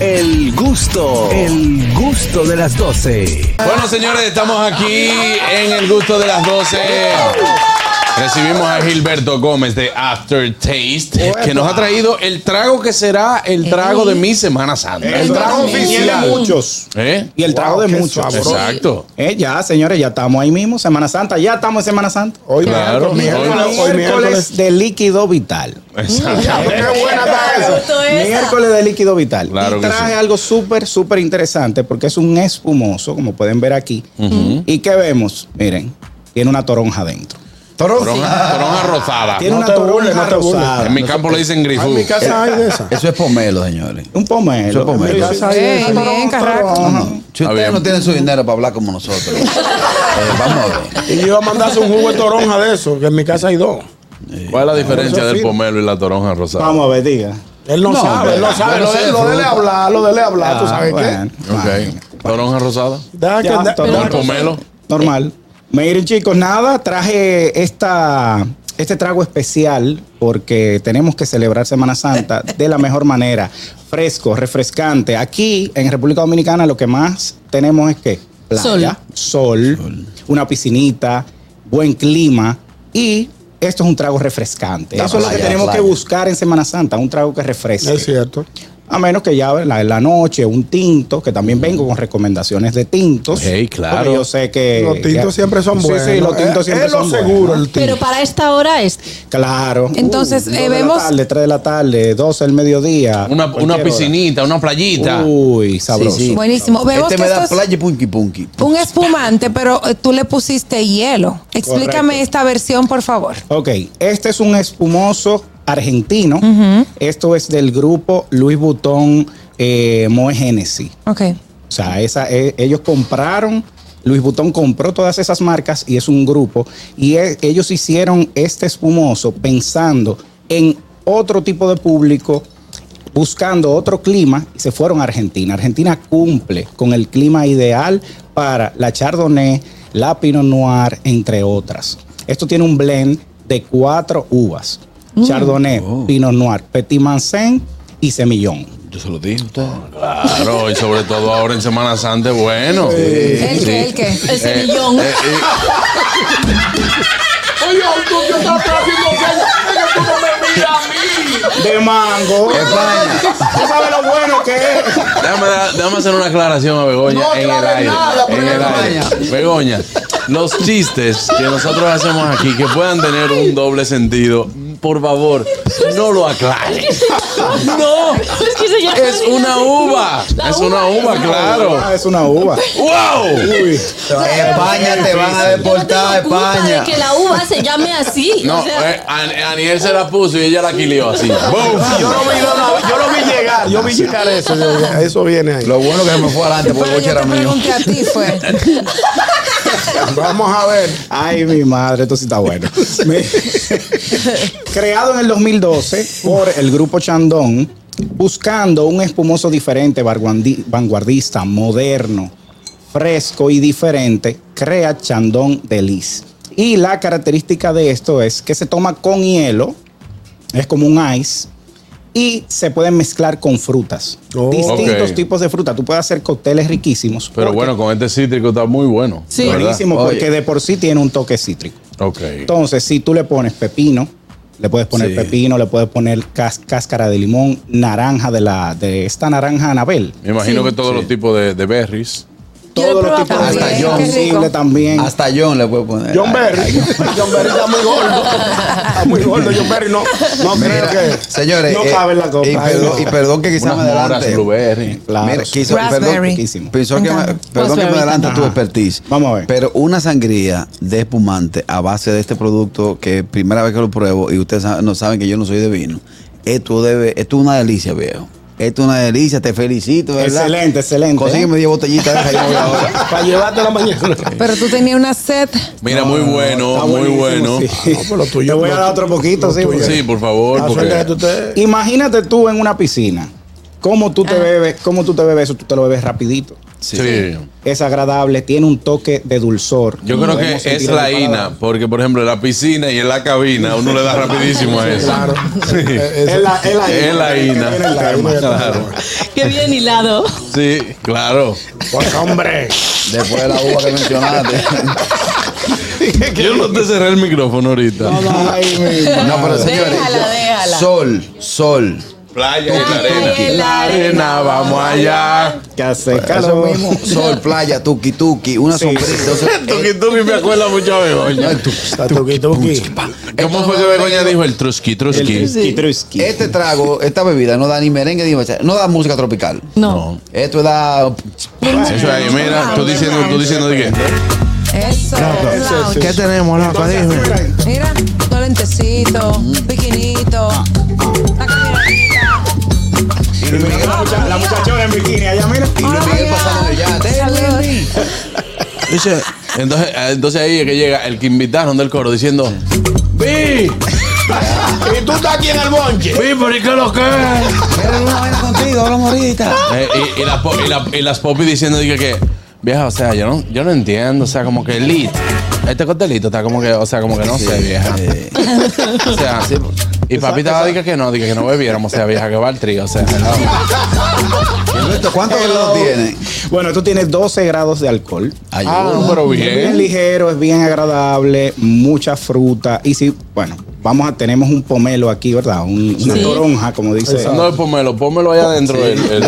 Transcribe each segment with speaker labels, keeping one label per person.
Speaker 1: El gusto, el gusto de las 12.
Speaker 2: Bueno, señores, estamos aquí en el gusto de las 12. Recibimos a Gilberto Gómez de Aftertaste, que nos ha traído el trago que será el trago de mi Semana Santa.
Speaker 3: El trago oficial. de muchos.
Speaker 2: ¿Eh?
Speaker 3: Y el trago de muchos.
Speaker 2: Exacto.
Speaker 3: Eh, ya, Ah, señores, ya estamos ahí mismo, Semana Santa. Ya estamos en Semana Santa.
Speaker 4: Hoy
Speaker 2: Claro.
Speaker 4: miércoles,
Speaker 3: Miércoles,
Speaker 4: miércoles, hoy miércoles.
Speaker 3: de líquido vital.
Speaker 2: Exacto.
Speaker 4: Qué buena está
Speaker 5: Me
Speaker 4: eso.
Speaker 5: gustó esa.
Speaker 3: Miércoles de líquido vital.
Speaker 2: Claro
Speaker 3: y
Speaker 2: que
Speaker 3: traje
Speaker 2: sí.
Speaker 3: algo súper, súper interesante porque es un espumoso, como pueden ver aquí. ¿Y qué vemos? Miren, tiene una toronja dentro.
Speaker 2: Toronja, toronja rosada.
Speaker 3: Tiene
Speaker 4: No
Speaker 3: una
Speaker 4: te
Speaker 3: toronja
Speaker 4: burles, no te burles.
Speaker 3: rosada.
Speaker 2: En mi campo le dicen
Speaker 4: Ah, En
Speaker 2: grisú.
Speaker 4: mi casa hay de esa.
Speaker 6: Eso es pomelo, señores.
Speaker 3: Un pomelo.
Speaker 6: Eso es pomelo.
Speaker 3: Sí, sí, sí.
Speaker 7: Ey,
Speaker 3: Una
Speaker 7: bien,
Speaker 3: toronja.
Speaker 7: carraco.
Speaker 6: Si
Speaker 2: Ah,
Speaker 6: ustedes
Speaker 2: bien.
Speaker 6: no tienen su dinero para hablar como nosotros, eh, vamos a
Speaker 4: Y
Speaker 6: ver.
Speaker 4: yo iba a mandarse un jugo de toronja de eso, que en mi casa hay dos.
Speaker 2: ¿Cuál es la diferencia
Speaker 4: Eso
Speaker 2: del
Speaker 4: sí.
Speaker 2: pomelo y la toronja rosada?
Speaker 3: Vamos a ver, diga.
Speaker 4: Él no,
Speaker 6: No,
Speaker 4: sabe, él no
Speaker 6: pero-
Speaker 4: sabe.
Speaker 6: pero
Speaker 4: Lo, de-
Speaker 6: se
Speaker 4: lo dele
Speaker 6: disfruta.
Speaker 4: hablar, lo dele hablar, tú
Speaker 3: Ah,
Speaker 4: sabes
Speaker 3: bueno, bueno.
Speaker 2: Ok. ¿Toronja rosada?
Speaker 4: qué. Deja que-
Speaker 3: Ya,
Speaker 4: da-
Speaker 3: todo.
Speaker 2: ¿Con
Speaker 3: Toronja
Speaker 2: pomelo?
Speaker 3: Normal. Miren, chicos, nada, traje esta, este trago especial porque tenemos que celebrar Semana Santa de la mejor manera. Fresco, refrescante. Aquí en República Dominicana lo que más tenemos es que playa, sol, una piscinita, buen clima y esto es un trago refrescante.
Speaker 6: La
Speaker 3: Eso es lo que
Speaker 6: playa,
Speaker 3: tenemos
Speaker 6: playa.
Speaker 3: que buscar en Semana Santa, un trago que refresque.
Speaker 4: es cierto.
Speaker 3: A menos que ya en la, en la noche, un tinto, que también vengo con recomendaciones de tintos.
Speaker 2: Hey, claro.
Speaker 3: Porque yo sé que.
Speaker 4: Los tintos
Speaker 3: ya-
Speaker 4: siempre son
Speaker 3: Sí,
Speaker 4: buenos. Eh,
Speaker 3: Sí, los tintos
Speaker 4: Es-
Speaker 3: siempre
Speaker 4: es
Speaker 3: son
Speaker 4: lo seguro,
Speaker 3: buenos.
Speaker 4: el tinto.
Speaker 5: Pero para esta hora es.
Speaker 3: Claro.
Speaker 7: Entonces,
Speaker 3: dos de
Speaker 7: eh,
Speaker 3: la
Speaker 7: vemos-
Speaker 3: tarde, 3 de la tarde, 12 del mediodía.
Speaker 2: Una, una
Speaker 3: cualquier hora.
Speaker 2: piscinita, una playita.
Speaker 3: Uh, Uy, sabroso.
Speaker 6: Sí, sí.
Speaker 7: Buenísimo. Vemos
Speaker 6: Este
Speaker 7: que
Speaker 6: me
Speaker 7: esto
Speaker 6: da
Speaker 7: es
Speaker 6: playa y punky punky.
Speaker 7: un espumante, pero eh, tú le pusiste hielo. Explícame
Speaker 3: Correcto.
Speaker 7: esta versión, por favor.
Speaker 3: Ok, este es un espumoso argentino. Esto es del grupo Luis Butón eh, Moe Genesis.
Speaker 7: Ok.
Speaker 3: O sea, esa, e- ellos compraron, Luis Butón compró todas esas marcas y es un grupo. Y e- ellos hicieron este espumoso pensando en otro tipo de público, buscando otro clima y se fueron a Argentina. Argentina cumple con el clima ideal para la Chardonnay, la Pinot Noir, entre otras. Esto tiene un blend de cuatro uvas. Chardonnay,
Speaker 6: Oh.
Speaker 3: Pinot Noir, Petit Mansén y Semillón.
Speaker 6: Yo se lo dije a ustedes.
Speaker 2: Claro, y sobre todo ahora en Semana Santa, bueno. Eh,
Speaker 7: ¿El qué? ¿El qué?
Speaker 5: El semillón.
Speaker 4: Oye, tú que estás haciendo que tú no me miras a mí.
Speaker 3: De mango.
Speaker 6: España.
Speaker 3: Tú sabes lo bueno que es.
Speaker 2: Déjame, da- déjame hacer una aclaración a Begoña
Speaker 4: No
Speaker 2: en el
Speaker 4: aclares
Speaker 2: aire.
Speaker 4: nada,
Speaker 2: en el aire. Begoña, los chistes que nosotros hacemos aquí que puedan tener un doble sentido, por favor, no lo aclares. No,
Speaker 5: Es que se llama-
Speaker 2: es una uva. Es una uva, claro.
Speaker 3: Ah, es una uva.
Speaker 2: ¡Wow!
Speaker 3: Uy.
Speaker 6: España te van a
Speaker 5: Yo no tengo
Speaker 6: deportar a
Speaker 5: culpa
Speaker 6: España.
Speaker 5: de que la uva se llame así. o
Speaker 2: No,
Speaker 5: sea,
Speaker 2: eh, An- Aniel se la puso y ella la quilió así. ¡Buf!
Speaker 4: Yo no vi, nada, yo no vi llegar, yo vi llegar eso. yo dije, Eso viene ahí.
Speaker 6: Lo bueno que se me fue adelante porque
Speaker 7: Pero
Speaker 6: el coche
Speaker 7: yo
Speaker 6: era
Speaker 7: te
Speaker 6: mío.
Speaker 7: pregunté a ti, fue.
Speaker 4: Vamos a ver.
Speaker 3: Ay, mi madre, esto sí está bueno. Me- Creado en el 2012 por el grupo Chandon, buscando un espumoso diferente, vanguardi- vanguardista, moderno, fresco y diferente, crea Chandon Delice. Y la característica de esto es que se toma con hielo, es como un ice, y se pueden mezclar con frutas.
Speaker 4: Oh.
Speaker 3: Distintos
Speaker 2: Ok.
Speaker 3: tipos de frutas. Tú puedes hacer cócteles riquísimos.
Speaker 2: Pero
Speaker 3: porque-
Speaker 2: bueno, con este cítrico está muy bueno.
Speaker 7: Sí.
Speaker 2: ¿verdad?
Speaker 3: Buenísimo,
Speaker 6: Oye.
Speaker 3: porque de por sí tiene un toque cítrico.
Speaker 2: Ok.
Speaker 3: Entonces, si tú le pones pepino, le puedes poner
Speaker 6: Sí.
Speaker 3: pepino, le puedes poner cas- cáscara de limón, naranja de la de esta naranja Anabel.
Speaker 2: Me imagino que todos los tipos de, de berries.
Speaker 7: Yo
Speaker 3: Todos
Speaker 7: lo
Speaker 3: los
Speaker 7: he
Speaker 3: tipos
Speaker 7: probado
Speaker 3: de
Speaker 6: también,
Speaker 3: hierbas
Speaker 6: Ah, qué
Speaker 7: rico.
Speaker 3: posibles también.
Speaker 6: Hasta John le puedo poner.
Speaker 4: John
Speaker 6: Ay,
Speaker 4: Berry.
Speaker 6: ay,
Speaker 4: John Berry está muy gordo. Está muy gordo. John Berry no, no creo
Speaker 6: Mira,
Speaker 4: que.
Speaker 6: Señores,
Speaker 3: No
Speaker 6: eh,
Speaker 3: cabe en la copa.
Speaker 6: y, perdón, y perdón que quizás me
Speaker 2: Unas moras,
Speaker 6: adelante.
Speaker 2: blueberry.
Speaker 3: Claro,
Speaker 6: Mira,
Speaker 3: sí.
Speaker 6: quizá-
Speaker 7: Raspberry.
Speaker 6: perdón, pensó que me-
Speaker 7: Encanta.
Speaker 6: perdón que me
Speaker 7: Raspberry
Speaker 6: adelanta tu
Speaker 3: también.
Speaker 6: expertise.
Speaker 3: Vamos a ver.
Speaker 6: Pero una sangría de espumante a base de este producto que primera vez que lo pruebo y ustedes sa- no saben que yo no soy de vino. Esto debe, esto es una delicia, viejo. Esto es una delicia, te felicito, ¿verdad?
Speaker 3: Excelente, excelente, ¿eh?
Speaker 6: Consígueme 10 botellitas de esa, yo voy ahora.
Speaker 4: Para llevarte a la mañana.
Speaker 7: Pero tú tenías una sed.
Speaker 2: Mira, muy bueno,
Speaker 3: Está
Speaker 2: muy
Speaker 3: buenísimo,
Speaker 2: bueno.
Speaker 3: sí.
Speaker 4: Ah, no, pero lo tuyo-
Speaker 3: Te voy a
Speaker 4: lo
Speaker 3: dar
Speaker 4: tu-
Speaker 3: otro poquito,
Speaker 4: lo
Speaker 3: sí.
Speaker 4: tuyo.
Speaker 3: porque-
Speaker 2: Sí, por favor,
Speaker 8: Ah,
Speaker 4: La suerte que tú
Speaker 2: porque
Speaker 4: te-
Speaker 6: Ah.
Speaker 3: Imagínate tú en una piscina. ¿Cómo tú te bebes? ¿Cómo tú te bebes eso? Tú te lo bebes rapidito.
Speaker 2: Sí.
Speaker 3: Es agradable, tiene un toque de dulzor.
Speaker 2: Yo creo que
Speaker 3: Podemos
Speaker 2: es
Speaker 3: sentir en
Speaker 2: la
Speaker 3: el paladar.
Speaker 2: INA, porque por ejemplo en la piscina y en la cabina uno le da rapidísimo a eso.
Speaker 8: Claro. Eh,
Speaker 3: Es la, es la
Speaker 2: Es
Speaker 3: INA.
Speaker 2: la INA.
Speaker 3: Es la
Speaker 8: Tema,
Speaker 3: INA.
Speaker 8: claro.
Speaker 5: Qué bien hilado.
Speaker 2: Sí, claro.
Speaker 8: Pues, hombre.
Speaker 6: Después de la uva que mencionaste.
Speaker 2: Yo no te cerré el micrófono ahorita.
Speaker 3: Ay, mi madre.
Speaker 6: No, pero señores.
Speaker 7: Déjala, déjala.
Speaker 6: Sol, sol.
Speaker 2: Playa
Speaker 6: Tú
Speaker 2: en la
Speaker 6: quita,
Speaker 2: arena.
Speaker 6: tú quita.
Speaker 2: La arena, vamos allá.
Speaker 3: Que hace
Speaker 6: Eso
Speaker 3: calor.
Speaker 6: mismo. Sol, playa, tuki tuki, una
Speaker 3: Sí,
Speaker 6: sombrita.
Speaker 3: sí.
Speaker 6: Entonces, eh,
Speaker 2: Tuki tuki me acuerda mucho a Begoña.
Speaker 6: no, tú-
Speaker 8: Está tuqui, tuqui.
Speaker 2: ¿Cómo fue que Begoña dijo el trusqui trusqui?
Speaker 3: Kitrusky.
Speaker 6: Este trago, esta bebida no da ni merengue ni bachata, no da música tropical.
Speaker 5: No.
Speaker 6: Esto da.
Speaker 2: Eso ahí, mira, tú diciendo, tú diciendo de qué.
Speaker 7: Eso. lounge.
Speaker 8: ¿Qué tenemos, loco? Dime.
Speaker 7: Mira, un lentecito,
Speaker 6: Mm-hmm.
Speaker 7: un biquinito,
Speaker 6: Ah.
Speaker 7: una caminadita.
Speaker 3: La muchachona en bikini allá, mira.
Speaker 6: Y Luis Miguel
Speaker 7: Ay,
Speaker 6: pasando
Speaker 7: ay.
Speaker 6: ya.
Speaker 7: Saludos.
Speaker 2: Dice, Entonces, eh, entonces ahí es que llega el que invitaron del coro diciendo,
Speaker 4: Y
Speaker 2: ¡Vi!
Speaker 4: tú estás aquí en el bonche.
Speaker 2: ¡Vi, por qué lo que es?"
Speaker 6: Pero una vaina contigo, hablamos ahorita.
Speaker 2: Eh, y, y las po- y la- y las popis diciendo dije, que, vieja, o sea, yo no, yo no entiendo, o sea, como que lit. Este costelito está como que, o sea, como que no sé, vieja.
Speaker 6: Eh,
Speaker 2: O sea, y papi estaba dije que no, dije que no bebiéramos, o sea, vieja, que va el trío, o sea,
Speaker 6: Ernesto, ¿Cuántos grados tiene?
Speaker 3: Bueno, tú tienes 12 grados de alcohol.
Speaker 6: Ay,
Speaker 2: Ah, no, pero
Speaker 3: Es bien ligero, es bien agradable, mucha fruta. Y si, bueno, vamos a tenemos un pomelo aquí, ¿verdad? Un- una toronja, como dice.
Speaker 2: No, pómelo, pómelo allá adentro. del- del-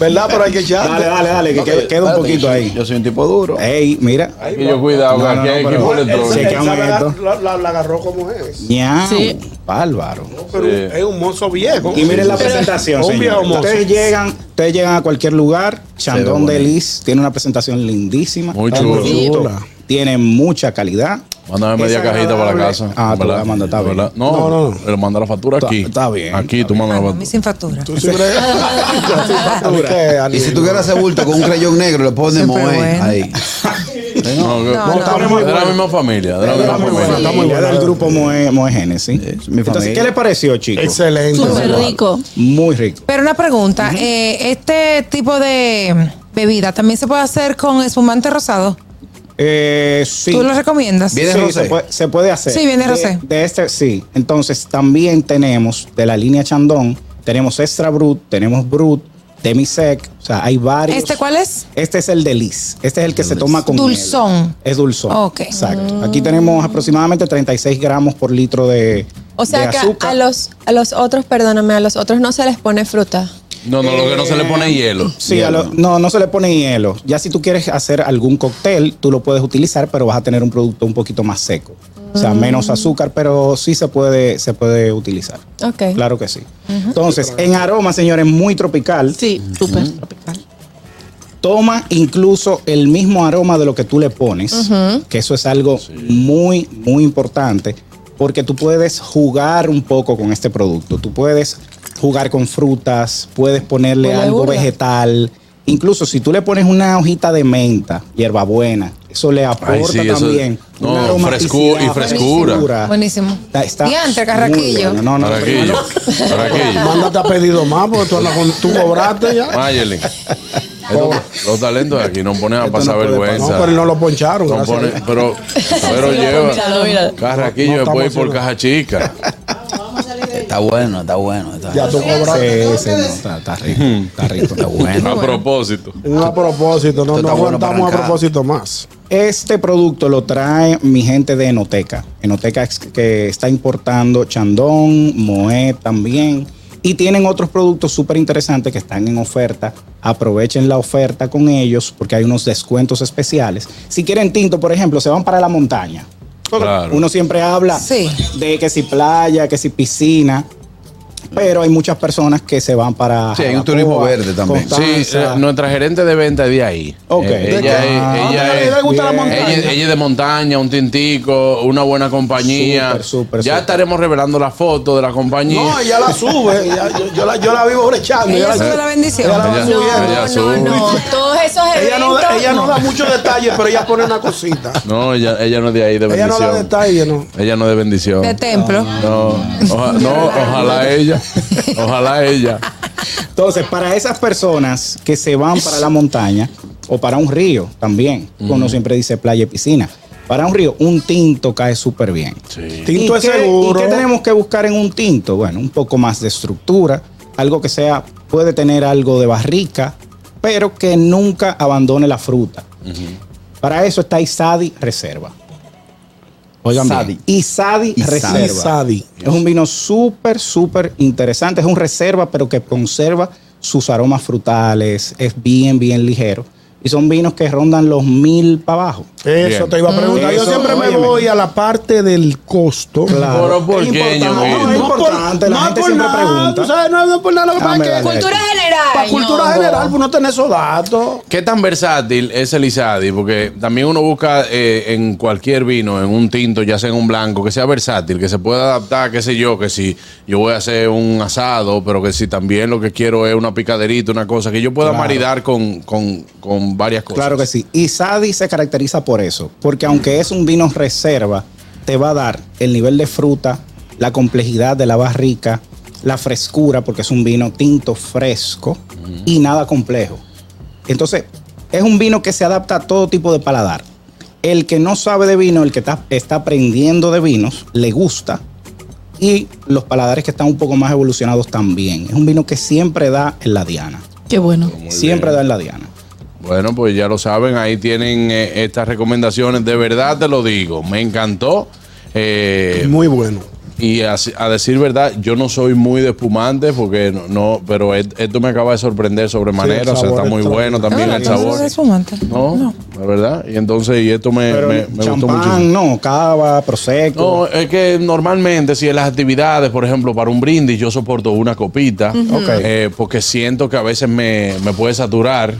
Speaker 8: ¿Verdad? Pero hay que echar.
Speaker 3: Dale, dale, dale, que quede, queda un
Speaker 6: Espérate,
Speaker 3: poquito
Speaker 6: yo-
Speaker 3: ahí.
Speaker 6: Yo soy un tipo duro.
Speaker 3: Ey, mira.
Speaker 2: y yo cuidado,
Speaker 3: No,
Speaker 2: que
Speaker 3: no,
Speaker 2: aquí hay
Speaker 3: no, pero- eh,
Speaker 2: equipo
Speaker 3: Él- él
Speaker 2: electrónico.
Speaker 3: se-
Speaker 8: Él sabe la,
Speaker 3: esto.
Speaker 8: la- la- la agarró como es.
Speaker 3: Ñau.
Speaker 5: Sí.
Speaker 3: Bárbaro.
Speaker 8: Pero es un mozo viejo.
Speaker 3: Y miren la
Speaker 8: Pero-
Speaker 3: presentación,
Speaker 8: Un viejo
Speaker 3: señores.
Speaker 8: mozo.
Speaker 3: Ustedes llegan, ustedes llegan a cualquier lugar.
Speaker 6: ve
Speaker 3: Chandon
Speaker 6: bonito.
Speaker 3: Delis tiene una presentación lindísima.
Speaker 2: Muy
Speaker 3: Está
Speaker 2: chulo.
Speaker 3: chula. Tiene mucha calidad.
Speaker 2: Mándame media
Speaker 3: Es
Speaker 2: cajita para la
Speaker 3: agradable.
Speaker 2: casa.
Speaker 3: Ah, tú
Speaker 2: ¿verdad?
Speaker 3: la mandas, está bien.
Speaker 2: ¿Verdad? No,
Speaker 8: No,
Speaker 2: no,
Speaker 8: no,
Speaker 2: no. manda la factura aquí.
Speaker 3: Está- está bien,
Speaker 2: Aquí tú
Speaker 7: Ah,
Speaker 2: mandas la
Speaker 7: no, a mí
Speaker 2: factura.
Speaker 7: sin factura.
Speaker 8: Tú siempre- Yo soy factura.
Speaker 6: Y si tú quieres hacer bulto con un crayón negro, le pones
Speaker 7: Siempre
Speaker 6: Moe
Speaker 7: bueno.
Speaker 6: ahí.
Speaker 2: No, que-
Speaker 7: No, no.
Speaker 2: Está muy de la
Speaker 3: bueno.
Speaker 2: misma familia. De la misma
Speaker 3: Está muy buena,
Speaker 2: familia.
Speaker 3: está muy buena. del grupo Moe, Moe Genesis.
Speaker 6: mi
Speaker 3: Entonces,
Speaker 6: familia.
Speaker 3: ¿qué les pareció, chicos?
Speaker 8: Excelente.
Speaker 5: Súper rico.
Speaker 3: Muy rico.
Speaker 7: Pero una pregunta, eh, este tipo de mm, bebida también se puede hacer con espumante rosado.
Speaker 3: Eh, sí.
Speaker 7: ¿Tú lo recomiendas?
Speaker 6: Bien. ¿Viene
Speaker 3: Sí,
Speaker 6: Rosé?
Speaker 3: Se, puede, se puede hacer.
Speaker 7: Sí, viene
Speaker 3: De-
Speaker 7: Rosé.
Speaker 3: De, este, sí. Entonces, también tenemos de la línea Chandon, tenemos Extra Brut, tenemos Brut, Demisec. O sea, hay varios.
Speaker 7: ¿Este cuál es?
Speaker 3: Este es el de Liz. Este es el que se toma con
Speaker 7: Dulzón.
Speaker 3: miel. Es dulzón.
Speaker 7: Ok.
Speaker 3: Exacto. Aquí tenemos aproximadamente 36 gramos por litro de,
Speaker 9: O sea
Speaker 3: de
Speaker 9: que
Speaker 3: azúcar.
Speaker 9: a los, a los otros, perdóname, a los otros no se les pone fruta.
Speaker 2: No, no, lo que no se le pone es hielo.
Speaker 3: Eh, Sí, a lo- no, no se le pone hielo. Ya si tú quieres hacer algún cóctel, tú lo puedes utilizar, pero vas a tener un producto un poquito más seco. O sea, menos azúcar, pero sí se puede, se puede utilizar.
Speaker 9: Ok.
Speaker 3: Claro que sí. Entonces, en aroma, señores, muy tropical.
Speaker 5: Sí, súper tropical.
Speaker 3: Toma incluso el mismo aroma de lo que tú le pones, que eso es algo muy, muy importante, porque tú puedes jugar un poco con este producto. Tú puedes jugar con frutas, puedes ponerle
Speaker 9: Huele
Speaker 3: algo
Speaker 9: burla.
Speaker 3: vegetal. Incluso si tú le pones una hojita de menta, hierbabuena, eso le aporta
Speaker 2: Ay, sí, eso-
Speaker 3: también.
Speaker 2: no,
Speaker 3: una
Speaker 2: frescu- y
Speaker 3: aromaticidad,
Speaker 2: frescura.
Speaker 7: Buenísimo.
Speaker 3: Está, está
Speaker 7: Diantre,
Speaker 3: muy
Speaker 7: Carraquillo.
Speaker 3: bueno. No, no,
Speaker 2: Paraquillo. Paraquillo.
Speaker 8: Mándate a pedido más porque tú, andas con- tú cobraste ya.
Speaker 2: Mayeli. Estos- Los talentos de aquí no ponen a
Speaker 3: Oh. Esto no
Speaker 2: pasar
Speaker 3: puede
Speaker 8: No,
Speaker 2: vergüenza.
Speaker 8: pero no lo poncharon.
Speaker 2: No
Speaker 8: gracias a
Speaker 2: pone-
Speaker 8: Dios.
Speaker 2: pero, pero
Speaker 5: Míralo,
Speaker 2: lleva.
Speaker 5: míralo.
Speaker 2: Carraquillo
Speaker 8: No, no
Speaker 2: después ir
Speaker 8: estamos
Speaker 2: por
Speaker 8: haciendo-
Speaker 2: caja chica.
Speaker 6: Está bueno, está bueno. Está
Speaker 8: Ya tú cobraste.
Speaker 3: Sí, sí, no, está, está rico. Está rico. Está bueno.
Speaker 2: A propósito.
Speaker 8: No a propósito, no,
Speaker 6: Esto
Speaker 8: no
Speaker 6: está bueno para
Speaker 8: aguantamos a
Speaker 6: arrancar.
Speaker 8: propósito más.
Speaker 3: Este producto lo trae mi gente de Enoteca. Enoteca es que está importando Chandón, Moe también. Y tienen otros productos súper interesantes que están en oferta. Aprovechen la oferta con ellos porque hay unos descuentos especiales. Si quieren tinto, por ejemplo, se van para la montaña.
Speaker 2: Claro.
Speaker 3: Uno siempre habla
Speaker 7: Sí.
Speaker 3: de que si playa, que si piscina. Pero hay muchas personas que se van para.
Speaker 6: Sí, hay un turismo verde también.
Speaker 2: Sí,
Speaker 3: Constanza.
Speaker 2: eh, nuestra gerente de venta es de ahí.
Speaker 3: Ok.
Speaker 2: Eh, ella, es- ella
Speaker 8: Ah,
Speaker 2: es,
Speaker 8: le gusta la
Speaker 2: ella-
Speaker 8: montaña.
Speaker 2: ella es de montaña, un tintico, una buena compañía.
Speaker 3: Súper, súper,
Speaker 2: ya
Speaker 3: súper.
Speaker 2: estaremos revelando la foto de la compañía.
Speaker 8: No, ella la sube. ella- yo, yo la, yo la vivo brechando.
Speaker 7: Ella
Speaker 8: yo
Speaker 7: sube la bendición.
Speaker 8: Ella la va
Speaker 2: Ella-
Speaker 8: subiendo.
Speaker 2: ella sube.
Speaker 5: Todos esos
Speaker 8: Ella no, da- ella no da muchos detalles, pero ella pone una cosita.
Speaker 2: No, ella, ella no es de ahí, de
Speaker 8: Ella
Speaker 2: bendición.
Speaker 8: no da detalles, ¿no?
Speaker 2: Ella no es de bendición.
Speaker 7: De templo.
Speaker 2: No, oja- no, ojalá ella. Ojalá ella.
Speaker 3: Entonces, para esas personas que se van para la montaña o para un río también, uno siempre dice playa y piscina. Para un río, un tinto cae súper bien.
Speaker 8: Tinto
Speaker 3: ¿Y
Speaker 8: es
Speaker 3: qué-
Speaker 8: seguro.
Speaker 3: ¿Y qué tenemos que buscar en un tinto? Bueno, un poco más de estructura, algo que sea, puede tener algo de barrica, pero que nunca abandone la fruta. Para eso está Isadi Reserva. Oigan
Speaker 6: Sadi.
Speaker 3: bien. Isadi
Speaker 6: Isadi.
Speaker 3: Reserva.
Speaker 8: Isadi.
Speaker 3: Es un vino súper, súper interesante. Es un reserva, pero que conserva sus aromas frutales. Es bien, bien ligero. Y son vinos que rondan los mil para abajo.
Speaker 8: Mm, Eso
Speaker 2: Bien.
Speaker 8: te iba a preguntar. Yo
Speaker 3: Eso,
Speaker 8: siempre me
Speaker 3: óyeme.
Speaker 8: voy a la parte del costo.
Speaker 3: Claro.
Speaker 2: Pero ¿por qué, ñonguito?
Speaker 3: No, es importante, la gente siempre pregunta.
Speaker 8: tú sabes, no, no es por nada. Lo que
Speaker 3: Ah, me
Speaker 8: pasa es
Speaker 3: vale.
Speaker 8: que
Speaker 7: Cultura general.
Speaker 8: para cultura
Speaker 7: ñongo.
Speaker 8: general, pues no tenés esos datos.
Speaker 2: ¿Qué tan versátil es el Isadi? Porque también uno busca eh, en cualquier vino, en un tinto, ya sea en un blanco, que sea versátil, que se pueda adaptar, qué sé yo, que si yo voy a hacer un asado, pero que si también lo que quiero es una picaderita, una cosa, que yo pueda maridar con, con- con varias cosas.
Speaker 3: Claro que sí. Y Sadi se caracteriza por eso, porque aunque es un vino reserva, te va a dar el nivel de fruta, la complejidad de la barrica, la frescura, porque es un vino tinto fresco y nada complejo. Entonces, es un vino que se adapta a todo tipo de paladar. El que no sabe de vino, el que está, está aprendiendo de vinos, le gusta. Y los paladares que están un poco más evolucionados también. Es un vino que siempre da en la diana.
Speaker 5: Qué bueno.
Speaker 2: Muy
Speaker 3: siempre
Speaker 2: bien.
Speaker 3: da en la diana.
Speaker 2: Bueno, pues ya lo saben, ahí tienen eh, estas recomendaciones. De verdad te lo digo, me encantó. Eh,
Speaker 8: Muy bueno.
Speaker 2: Y a, a decir verdad, yo no soy muy de espumante porque no, no- pero et- esto me acaba de sorprender sobremanera,
Speaker 8: Sí, el
Speaker 2: o sea, está
Speaker 8: sabor
Speaker 2: muy
Speaker 8: está-
Speaker 2: bueno también
Speaker 7: No,
Speaker 2: el
Speaker 7: no, no,
Speaker 2: sabor.
Speaker 7: es espumante.
Speaker 2: No, la verdad. Y entonces, y esto me,
Speaker 3: Pero
Speaker 2: me- me gustó
Speaker 3: champán,
Speaker 2: mucho.
Speaker 3: no, cava, prosecco.
Speaker 2: No, es que normalmente si en las actividades, por ejemplo, para un brindis, yo soporto una copita,
Speaker 8: Ok.
Speaker 2: eh, porque siento que a veces me, me puede saturar.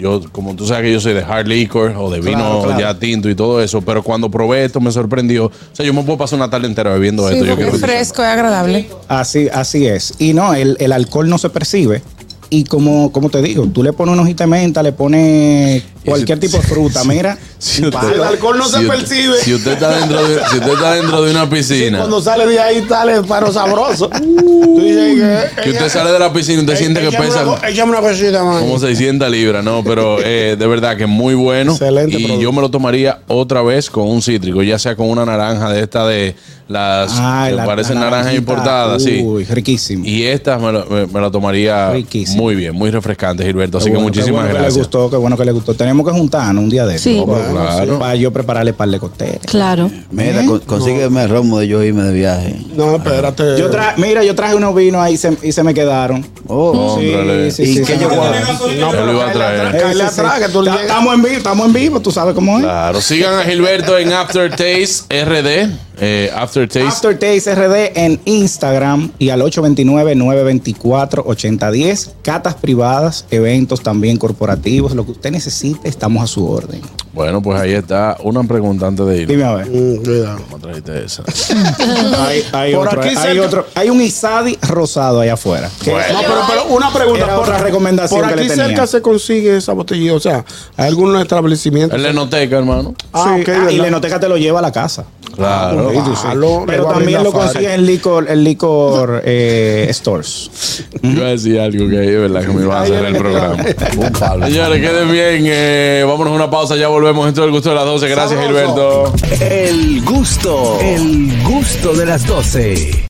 Speaker 2: Yo, como tú sabes que yo soy de hard liquor o de vino
Speaker 3: Claro, claro.
Speaker 2: ya tinto y todo eso, pero cuando probé esto me sorprendió. O sea, yo me puedo pasar una tarde entera bebiendo
Speaker 7: Sí,
Speaker 2: esto. Yo
Speaker 7: porque
Speaker 2: quiero
Speaker 7: es
Speaker 2: que-
Speaker 7: fresco, es agradable.
Speaker 3: Así, así es. Y no, el, el alcohol no se percibe. Y como, como te digo, tú le pones una hojita de menta, le pones cualquier tipo de fruta, mira.
Speaker 2: Si usted-
Speaker 8: El alcohol no se
Speaker 2: usted-
Speaker 8: percibe.
Speaker 2: Si usted está dentro de, si usted está dentro de una piscina,
Speaker 8: Cuando sale de ahí, tal el paro sabroso. Tú dices
Speaker 2: que usted sale de la piscina, usted siente que
Speaker 8: échame
Speaker 2: pesa
Speaker 8: una co- Échame una cosita, man.
Speaker 2: como 600 libras, no, pero eh, de verdad que es muy bueno.
Speaker 8: Excelente
Speaker 2: Y
Speaker 8: producto.
Speaker 2: yo me lo tomaría otra vez con un cítrico, ya sea con una naranja de esta de las
Speaker 3: Ay,
Speaker 2: que
Speaker 3: Ah, la-
Speaker 2: parecen
Speaker 3: la
Speaker 2: naranjas
Speaker 3: naranjita,
Speaker 2: importadas, sí.
Speaker 3: Uy, riquísimo.
Speaker 2: Y esta me, lo- me- me la tomaría
Speaker 3: Riquísimo.
Speaker 2: muy bien, muy refrescante, Gilberto. Así
Speaker 3: Qué bueno,
Speaker 2: que muchísimas
Speaker 3: qué bueno Que le
Speaker 2: gracias.
Speaker 3: gustó, qué bueno que le gustó. Tenemos que juntarnos un día de
Speaker 5: Sí.
Speaker 3: esto.
Speaker 2: No, pero claro.
Speaker 3: Para yo prepararle par de cócteles.
Speaker 5: Claro.
Speaker 6: Mira,
Speaker 3: ¿Mm?
Speaker 6: con- consígueme el romo de yo irme de viaje.
Speaker 8: No, espérate.
Speaker 3: Yo tra- mira, yo traje unos vinos ahí se- y se me quedaron.
Speaker 6: Oh,
Speaker 2: Cómprale.
Speaker 3: Sí, sí,
Speaker 6: ¿Y
Speaker 3: sí,
Speaker 6: qué
Speaker 3: sí,
Speaker 6: yo
Speaker 3: sí.
Speaker 6: guardo?
Speaker 2: Yo lo iba a traer.
Speaker 3: Eh,
Speaker 8: Que le
Speaker 3: sí, sí.
Speaker 8: atraque, tú le
Speaker 3: Ta-
Speaker 8: llegas.
Speaker 3: Estamos en vivo, estamos en vivo, tú sabes cómo es.
Speaker 2: Claro, sigan a Gilberto en Aftertaste RD, eh, Aftertaste.
Speaker 3: Aftertaste RD en Instagram y al 829-924-8010. Catas privadas, eventos también corporativos, lo que usted necesite, estamos a su orden.
Speaker 2: Bueno, pues ahí está una pregunta antes de ir.
Speaker 3: Dime a ver.
Speaker 8: Mm, cuidado.
Speaker 2: ¿Cómo trajiste esa?
Speaker 3: Hay, hay
Speaker 8: Por
Speaker 3: otro,
Speaker 8: aquí
Speaker 3: hay
Speaker 8: cerca-
Speaker 3: otro- hay un Isadi rosado allá afuera. que-
Speaker 8: No, pero, pero una pregunta.
Speaker 3: Era otra recomendación
Speaker 8: Por
Speaker 3: que
Speaker 8: aquí
Speaker 3: le tenía.
Speaker 8: cerca se consigue esa botella. O sea, ¿hay algún establecimiento?
Speaker 2: El Lenoteca, hermano.
Speaker 8: Ah,
Speaker 3: Sí,
Speaker 8: ok,
Speaker 3: ah, y
Speaker 8: ¿verdad?
Speaker 3: la enoteca te lo lleva a la casa.
Speaker 2: Claro.
Speaker 8: Sí, sí, sí. Bájalo,
Speaker 3: Pero
Speaker 8: le voy a abrir
Speaker 3: también
Speaker 8: la
Speaker 3: lo
Speaker 8: fábrica.
Speaker 3: consigues en licor, en licor eh, stores.
Speaker 2: Yo iba a decir algo que ahí, ¿verdad? Que me iba a hacer el programa. Señores, queden bien. eh, vámonos a una pausa, ya volvemos. Esto es el gusto de las 12. Gracias,
Speaker 8: Sabroso.
Speaker 2: Gilberto.
Speaker 1: El gusto, el gusto de las 12.